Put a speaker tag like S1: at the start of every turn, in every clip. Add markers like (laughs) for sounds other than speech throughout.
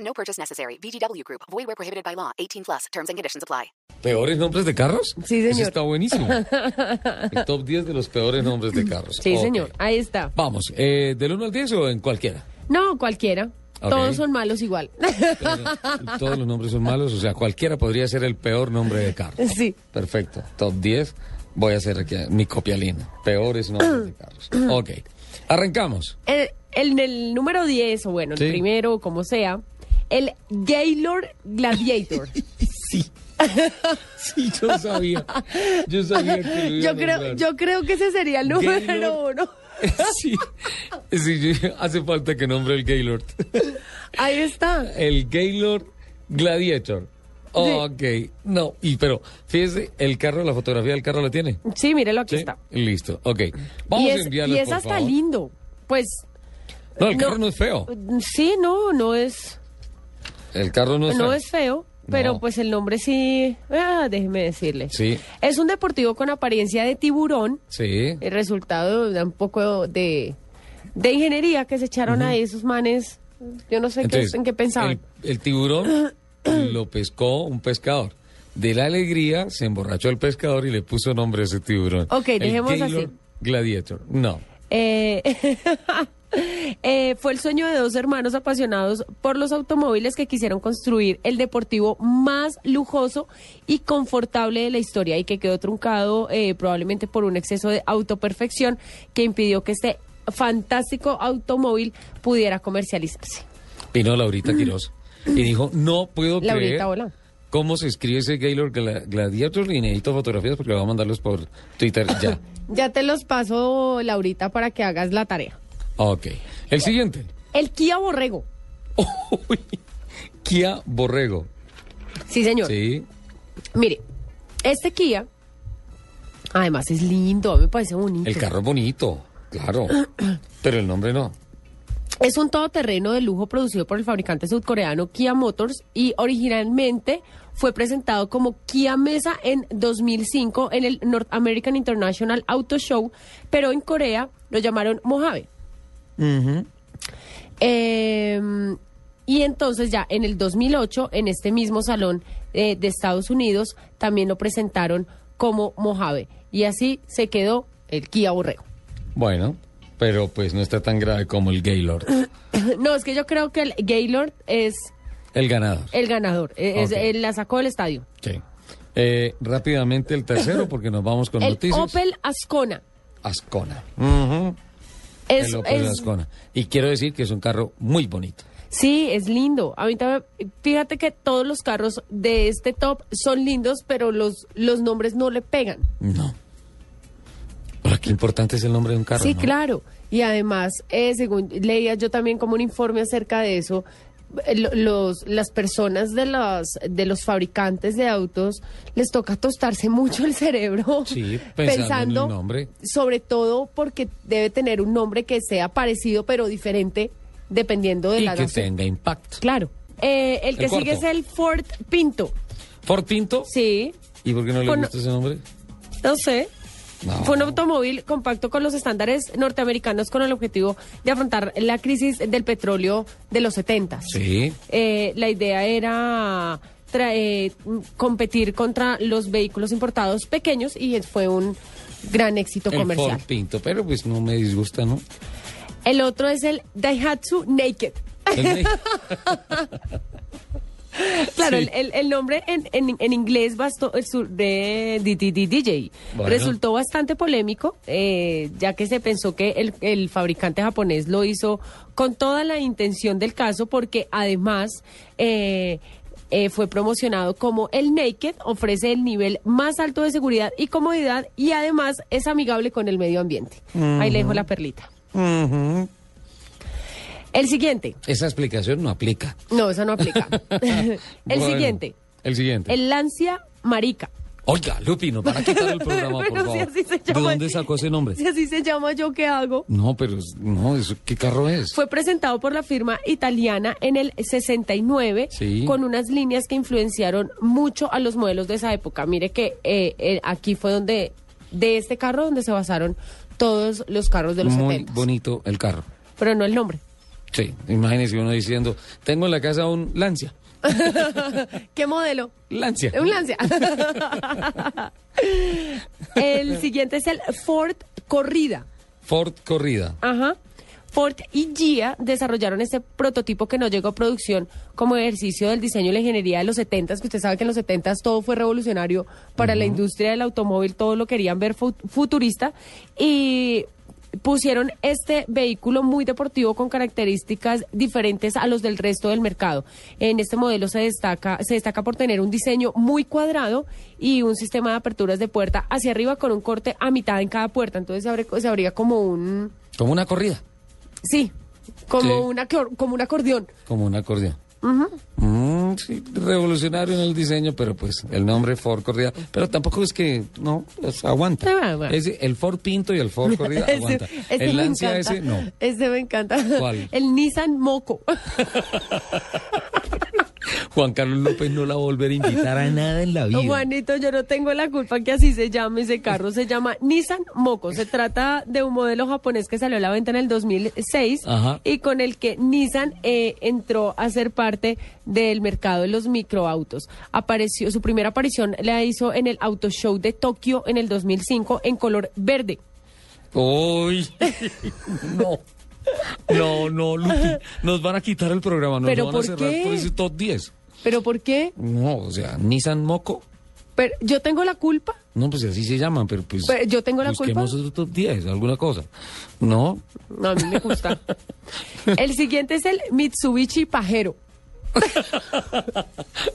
S1: No purchase necessary. VGW Group. Void where prohibited by law. 18 plus. Terms and conditions apply.
S2: ¿Peores nombres de carros?
S3: Sí, señor.
S2: Eso está
S3: (laughs)
S2: buenísimo. El top 10 de los peores nombres de carros.
S3: Sí,
S2: Ok.
S3: señor, ahí está.
S2: Vamos, eh, ¿del 1 al 10 o en
S3: (laughs)
S2: cualquiera?
S3: No, cualquiera.
S2: Ok.
S3: Todos son malos igual. (laughs)
S2: Todos los nombres son malos, o sea, cualquiera podría ser el peor nombre de carro.
S3: Sí.
S2: Perfecto. Top 10. Voy a hacer aquí mi copialina. Peores nombres de carros.
S3: (clears throat)
S2: Ok.
S3: (laughs)
S2: Arrancamos.
S3: El- En el, número 10, o bueno, el
S2: Sí.
S3: primero, como sea, el Gaylord Gladiator.
S2: (laughs) Sí. Sí, yo sabía. Yo sabía que lo iba a
S3: yo, creo,
S2: nombrar.
S3: yo creo que ese sería el número
S2: Gaylord.
S3: uno.
S2: Sí. (laughs) Sí, yo- hace falta que nombre el Gaylord.
S3: Ahí está.
S2: El Gaylord Gladiator. Ok, no, y pero fíjese, el carro, la fotografía del carro la tiene.
S3: Sí, mírelo, aquí
S2: Sí,
S3: está.
S2: Listo, ok. Vamos
S3: Y
S2: a
S3: es,
S2: enviarle
S3: y es
S2: por
S3: hasta
S2: favor.
S3: lindo. Pues
S2: No, el
S3: no.
S2: carro no es feo.
S3: sí, no, no es,
S2: El carro no es
S3: no
S2: feo.
S3: es feo. Pero
S2: No.
S3: pues el nombre sí, ah, déjeme decirle.
S2: Sí.
S3: Es un deportivo con apariencia de tiburón,
S2: Sí.
S3: el resultado de un poco de, de ingeniería que se echaron ahí esos manes. Yo no sé qué-
S2: Entonces,
S3: en qué pensaban.
S2: El, el
S3: (clears throat)
S2: tiburón lo pescó un pescador. De la alegría se emborrachó el pescador y le puso nombre a ese tiburón.
S3: Ok,
S2: El
S3: dejemos así.
S2: Gaylord Gladiator. No.
S3: Eh, (laughs) eh, fue el sueño de dos hermanos apasionados por los automóviles que quisieron construir el deportivo más lujoso y confortable de la historia y que quedó truncado eh, probablemente por un exceso de autoperfección que impidió que este fantástico automóvil pudiera comercializarse.
S2: Vino Laurita Quiroz y dijo, no puedo
S3: Mm. Laurita,
S2: creer
S3: hola.
S2: cómo se escribe ese Gaylord Gla- Gladiator y necesito fotografías porque voy a mandarlos por Twitter
S3: (laughs)
S2: ya.
S3: Ya te los paso, Laurita, para que hagas la tarea.
S2: ok. El siguiente. (laughs)
S3: El Kia Borrego.
S2: Uy, Kia Borrego.
S3: Sí, señor.
S2: Sí.
S3: Mire, este Kia, además es lindo, a mí me parece bonito.
S2: El carro es bonito,
S3: (clears throat)
S2: claro. Pero el nombre no.
S3: Es un todoterreno de lujo producido por el fabricante sudcoreano Kia Motors y originalmente fue presentado como Kia Mesa en 2005 en el North American International Auto Show, pero en Corea lo llamaron Mojave. Eh, y entonces ya en el 2008, en este mismo salón eh, de Estados Unidos, también lo presentaron como Mojave. Y así se quedó el Kia Borrego. (coughs)
S2: Bueno, pero pues no está tan grave como el
S3: (clears throat)
S2: Gaylord.
S3: No, es que yo creo que el Gaylord es
S2: El ganador.
S3: el ganador. Eh, es-
S2: Ok.
S3: eh, la sacó del estadio.
S2: Sí. Eh, rápidamente el tercero porque nos vamos con
S3: el
S2: noticias.
S3: Opel Ascona.
S2: Ascona.
S3: Es,
S2: el Opel
S3: es-
S2: Ascona. Y quiero decir que es un carro muy bonito.
S3: Sí, es lindo. A mí también- fíjate que todos los carros de este top son lindos, pero los, los nombres no le pegan.
S2: No. Pero qué importante es el nombre de un carro.
S3: Sí,
S2: ¿no?
S3: claro. Y además, eh, según leía yo también como un informe acerca de eso, eh, lo- los, las personas de, las, de los fabricantes de autos les toca tostarse mucho el cerebro (laughs)
S2: Sí, pensando en un nombre.
S3: sobre todo porque debe tener un nombre que sea parecido pero diferente dependiendo de
S2: Y
S3: la
S2: que
S3: nación.
S2: tenga impacto.
S3: Claro. Eh, el que
S2: El
S3: sigue es
S2: cuarto.
S3: el Ford Pinto.
S2: Ford Pinto.
S3: Sí,
S2: ¿Y por qué no le
S3: Con-
S2: gusta ese nombre?
S3: no sé.
S2: No.
S3: Fue un automóvil compacto con los estándares norteamericanos con el objetivo de afrontar la crisis del petróleo de los 70.
S2: Sí.
S3: Eh, la idea era tra- eh, m- competir contra los vehículos importados pequeños y es- fue un gran éxito
S2: El
S3: comercial.
S2: Ford Pinto, pero pues no me disgusta, ¿no?
S3: El otro es el Daihatsu Naked. (laughs)
S2: El-
S3: Claro,
S2: Sí.
S3: el, el- el nombre en, en- en inglés basto- eh, su- de D- D- D- DJ
S2: Bueno.
S3: resultó bastante polémico, eh, ya que se pensó que el, el fabricante japonés lo hizo con toda la intención del caso, porque además eh, eh, fue promocionado como el Naked, ofrece el nivel más alto de seguridad y comodidad y además es amigable con el medio ambiente. Ahí le dejo la perlita. El siguiente.
S2: Esa explicación no aplica.
S3: No, esa
S2: (laughs)
S3: no aplica. el
S2: Bueno,
S3: siguiente.
S2: El siguiente.
S3: El Lancia Marica.
S2: Oiga, Lupino, para quitar el
S3: (laughs)
S2: programa, por
S3: Bueno,
S2: favor.
S3: si así se
S2: ¿De
S3: llama-
S2: dónde sacó ese
S3: (laughs)
S2: nombre?
S3: Si así se llama yo, ¿qué hago?
S2: No, pero es- no, es- ¿qué carro es?
S3: Fue presentado por la firma italiana en el 69
S2: Sí.
S3: con unas líneas que influenciaron mucho a los modelos de esa época. Mire que eh, eh, aquí fue donde, de este carro, donde se basaron todos los carros de los
S2: Muy
S3: 70.
S2: bonito el carro.
S3: Pero no el nombre.
S2: Sí, imagínese uno diciendo, tengo en la casa un Lancia.
S3: ¿Qué modelo?
S2: Lancia.
S3: Un Lancia. (laughs) el siguiente es el Ford Corrida.
S2: (laughs) Ford Corrida.
S3: Ajá. Ford y Gia desarrollaron este prototipo que no llegó a producción como ejercicio del diseño y la ingeniería de los 70s, que usted sabe que en los 70s todo fue revolucionario para la industria del automóvil, todo lo querían ver fu- futurista y pusieron este vehículo muy deportivo con características diferentes a los del resto del mercado. En este modelo se destaca se destaca por tener un diseño muy cuadrado y un sistema de aperturas de puerta hacia arriba con un corte a mitad en cada puerta, entonces se, abre- se abría como un
S2: Como una corrida.
S3: Sí, como,
S2: Sí.
S3: Una, acor- como un acordeón.
S2: Como un acordeón. Mm, sí, revolucionario en el diseño, pero pues el nombre Ford Corrida. Pero tampoco es que, no, pues, aguanta.
S3: Ah, bueno, bueno.
S2: Es el Ford Pinto y el
S3: (laughs)
S2: Ford Corrida
S3: Este-
S2: aguanta.
S3: este
S2: el
S3: me
S2: Lancia
S3: encanta.
S2: ese, no.
S3: Este me encanta.
S2: ¿Cuál?
S3: El Nissan Moco.
S2: Juan Carlos López no la volverá a invitar a nada en (laughs) la vida.
S3: Juanito, yo no tengo la culpa que así se llame ese carro. Se llama Nissan Moco. Se trata de un modelo japonés que salió a la venta en el 2006
S2: Ajá.
S3: y con el que Nissan eh, entró a ser parte del mercado de los microautos. Apareció, su primera aparición la hizo en el Auto Show de Tokio en el 2005 en color verde. (laughs)
S2: Uy, no. No, no, Lupi, nos van a quitar el programa, nos
S3: ¿Pero
S2: lo van a
S3: por
S2: cerrar
S3: qué?
S2: por ese top 10.
S3: ¿Pero por qué?
S2: No, o sea, Nissan Moco.
S3: Pero, ¿Yo tengo la culpa?
S2: No, pues así se llaman, pero pues.
S3: Pero, ¿yo tengo la
S2: busquemos
S3: culpa?
S2: otro top 10, alguna cosa. No.
S3: No, a mí
S2: (laughs)
S3: me gusta. el siguiente es el Mitsubishi Pajero.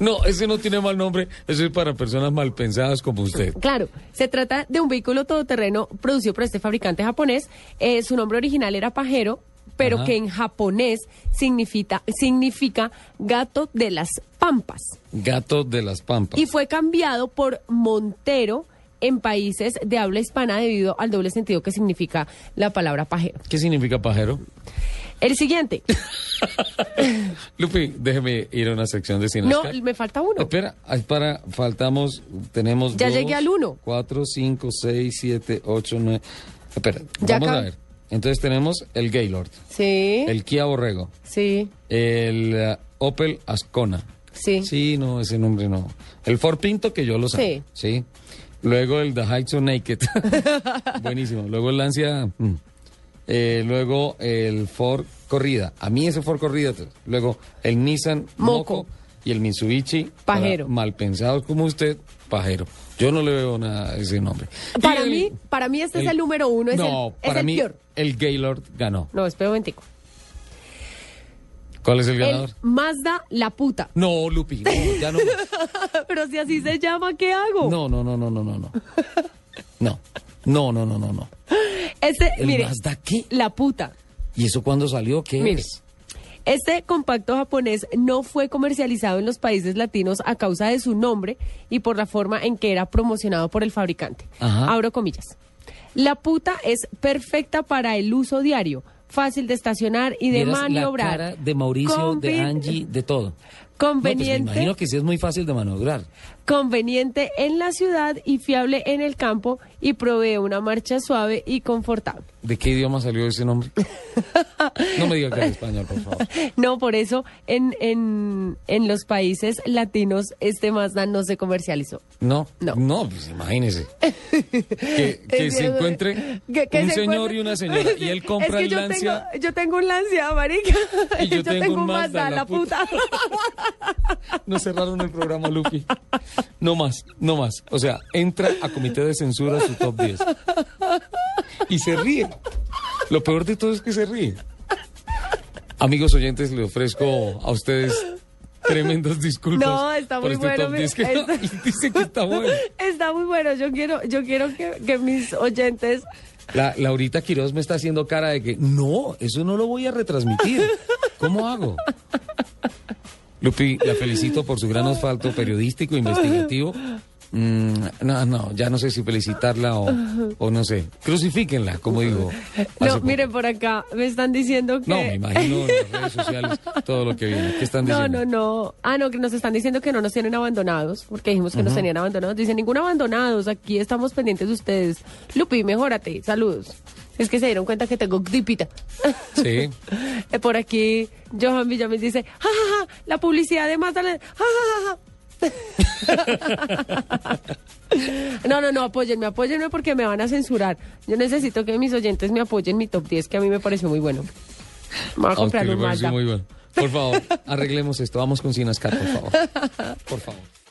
S2: No, ese no tiene mal nombre. Ese es para personas mal pensadas como usted.
S3: Claro, se trata de un vehículo todoterreno producido por este fabricante japonés. Eh, su nombre original era Pajero, pero
S2: Ajá.
S3: que en japonés significa, significa gato de las pampas.
S2: Gato de las Pampas.
S3: Y fue cambiado por Montero en países de habla hispana debido al doble sentido que significa la palabra pajero.
S2: ¿Qué significa pajero? (laughs)
S3: El siguiente.
S2: Lupi, déjeme ir a una sección de cine.
S3: No,
S2: Oscar.
S3: me falta uno.
S2: Espera, ahí para, faltamos, tenemos.
S3: Ya
S2: dos,
S3: llegué al uno.
S2: Cuatro, cinco, seis, siete, ocho, nueve. Espera,
S3: Ya ¿Eh?
S2: vamos a
S3: acabé.
S2: ver. Entonces tenemos el Gaylord,
S3: Sí.
S2: el Kia Borrego,
S3: Sí.
S2: el eh, Opel Ascona.
S3: Sí.
S2: Sí, no, ese nombre no. El Ford Pinto, que yo lo sé. Sí. Luego el The Heights of
S3: (laughs)
S2: Naked. Buenísimo. Luego el Lancia. mm. Eh, luego el Ford Corrida. A mí ese Ford Corrida. t- Luego el Nissan Moco.
S3: Moco.
S2: Y el Mitsubishi. para
S3: Pajero.
S2: Malpensados como usted, pajero. Yo no le veo nada a ese nombre. Y
S3: Para
S2: el-
S3: mí, para mí este es el número uno, es
S2: no,
S3: el- es
S2: para
S3: el
S2: mí
S3: peor.
S2: el Gaylord ganó.
S3: No, espera un momentico.
S2: ¿Cuál es el ganador?
S3: El Mazda la puta.
S2: No, Lupi, no, ya no. más.
S3: (laughs) Pero si así se llama, ¿qué hago?
S2: No, no, no, no, no,
S3: (laughs)
S2: no, no. No, no, no, no, no, no.
S3: Este,
S2: ¿El
S3: mire,
S2: Mazda qué?
S3: la puta.
S2: ¿Y eso cuándo salió? ¿Qué
S3: Mire.
S2: es?
S3: Este compacto japonés no fue comercializado en los países latinos a causa de su nombre y por la forma en que era promocionado por el fabricante.
S2: Ajá.
S3: Abro comillas. La puta es perfecta para el uso diario, fácil de estacionar y de
S2: Vieras
S3: maniobrar.
S2: La cara de Mauricio, de
S3: Conven-
S2: Angie, de todo. No, pues me
S3: Conveniente.
S2: imagino que sí es muy fácil de maniobrar.
S3: conveniente en la ciudad y fiable en el campo y provee una marcha suave y confortable. (laughs)
S2: ¿De qué idioma salió ese nombre? No me diga que era español, por favor.
S3: No, por eso en, en, en los países latinos este Mazda no se comercializó.
S2: No,
S3: No.
S2: pues
S3: (laughs)
S2: imagínese. Que, que se encuentre
S3: Que- que
S2: un
S3: se
S2: señor
S3: encuentre-
S2: y una señora y él compra
S3: (laughs) Es que
S2: el
S3: yo
S2: Lancia.
S3: Tengo, yo tengo un Lancia, marica.
S2: (laughs) Y
S3: (laughs)
S2: yo tengo un
S3: un
S2: Mazda,
S3: Mazda,
S2: la
S3: la puta. (laughs)
S2: Nos cerraron el programa, Lupi. No más, no más. O sea, entra a comité de censura su top 10. Y se ríe. Lo peor de todo es que se ríe. Amigos oyentes, le ofrezco a ustedes tremendas disculpas.
S3: No, está
S2: por
S3: muy
S2: este
S3: bueno,
S2: top
S3: mira,
S2: 10 que (laughs)
S3: está-
S2: dice que está bueno.
S3: Está muy bueno. Yo quiero, yo quiero que, que mis oyentes
S2: La, Laurita Quiroz me está haciendo cara de que no, eso no lo voy a retransmitir. ¿Cómo hago? Lupi, la felicito por su gran asfalto periodístico, investigativo. Mm, no, no, ya no sé si felicitarla o, o no sé. Crucifíquenla, como digo. hace
S3: No,
S2: poco.
S3: miren por acá, me están diciendo que...
S2: No, me imagino en las redes sociales todo lo que viene. ¿Qué están
S3: No,
S2: diciendo?
S3: no, no. Ah, no, que nos están diciendo que no nos tienen abandonados, porque dijimos que nos tenían abandonados. Dicen, ningún abandonados, aquí estamos pendientes de ustedes. Lupi, mejórate, saludos. Es que se dieron cuenta que tengo gripita. (laughs)
S2: Sí.
S3: Eh, Por aquí, Johan Villamil dice, ja, ja, ja, la publicidad de Mazda, le- ja, ja, (laughs) ja, ja". No, no, no, apóyenme, apóyenme porque me van a censurar. Yo necesito que mis oyentes me apoyen mi top 10, que a mí me pareció muy bueno. Me voy a comprar
S2: Aunque
S3: un
S2: me pareció
S3: Mazda.
S2: muy bueno. Por favor, arreglemos esto. Vamos con Sinascar, por favor. Por favor.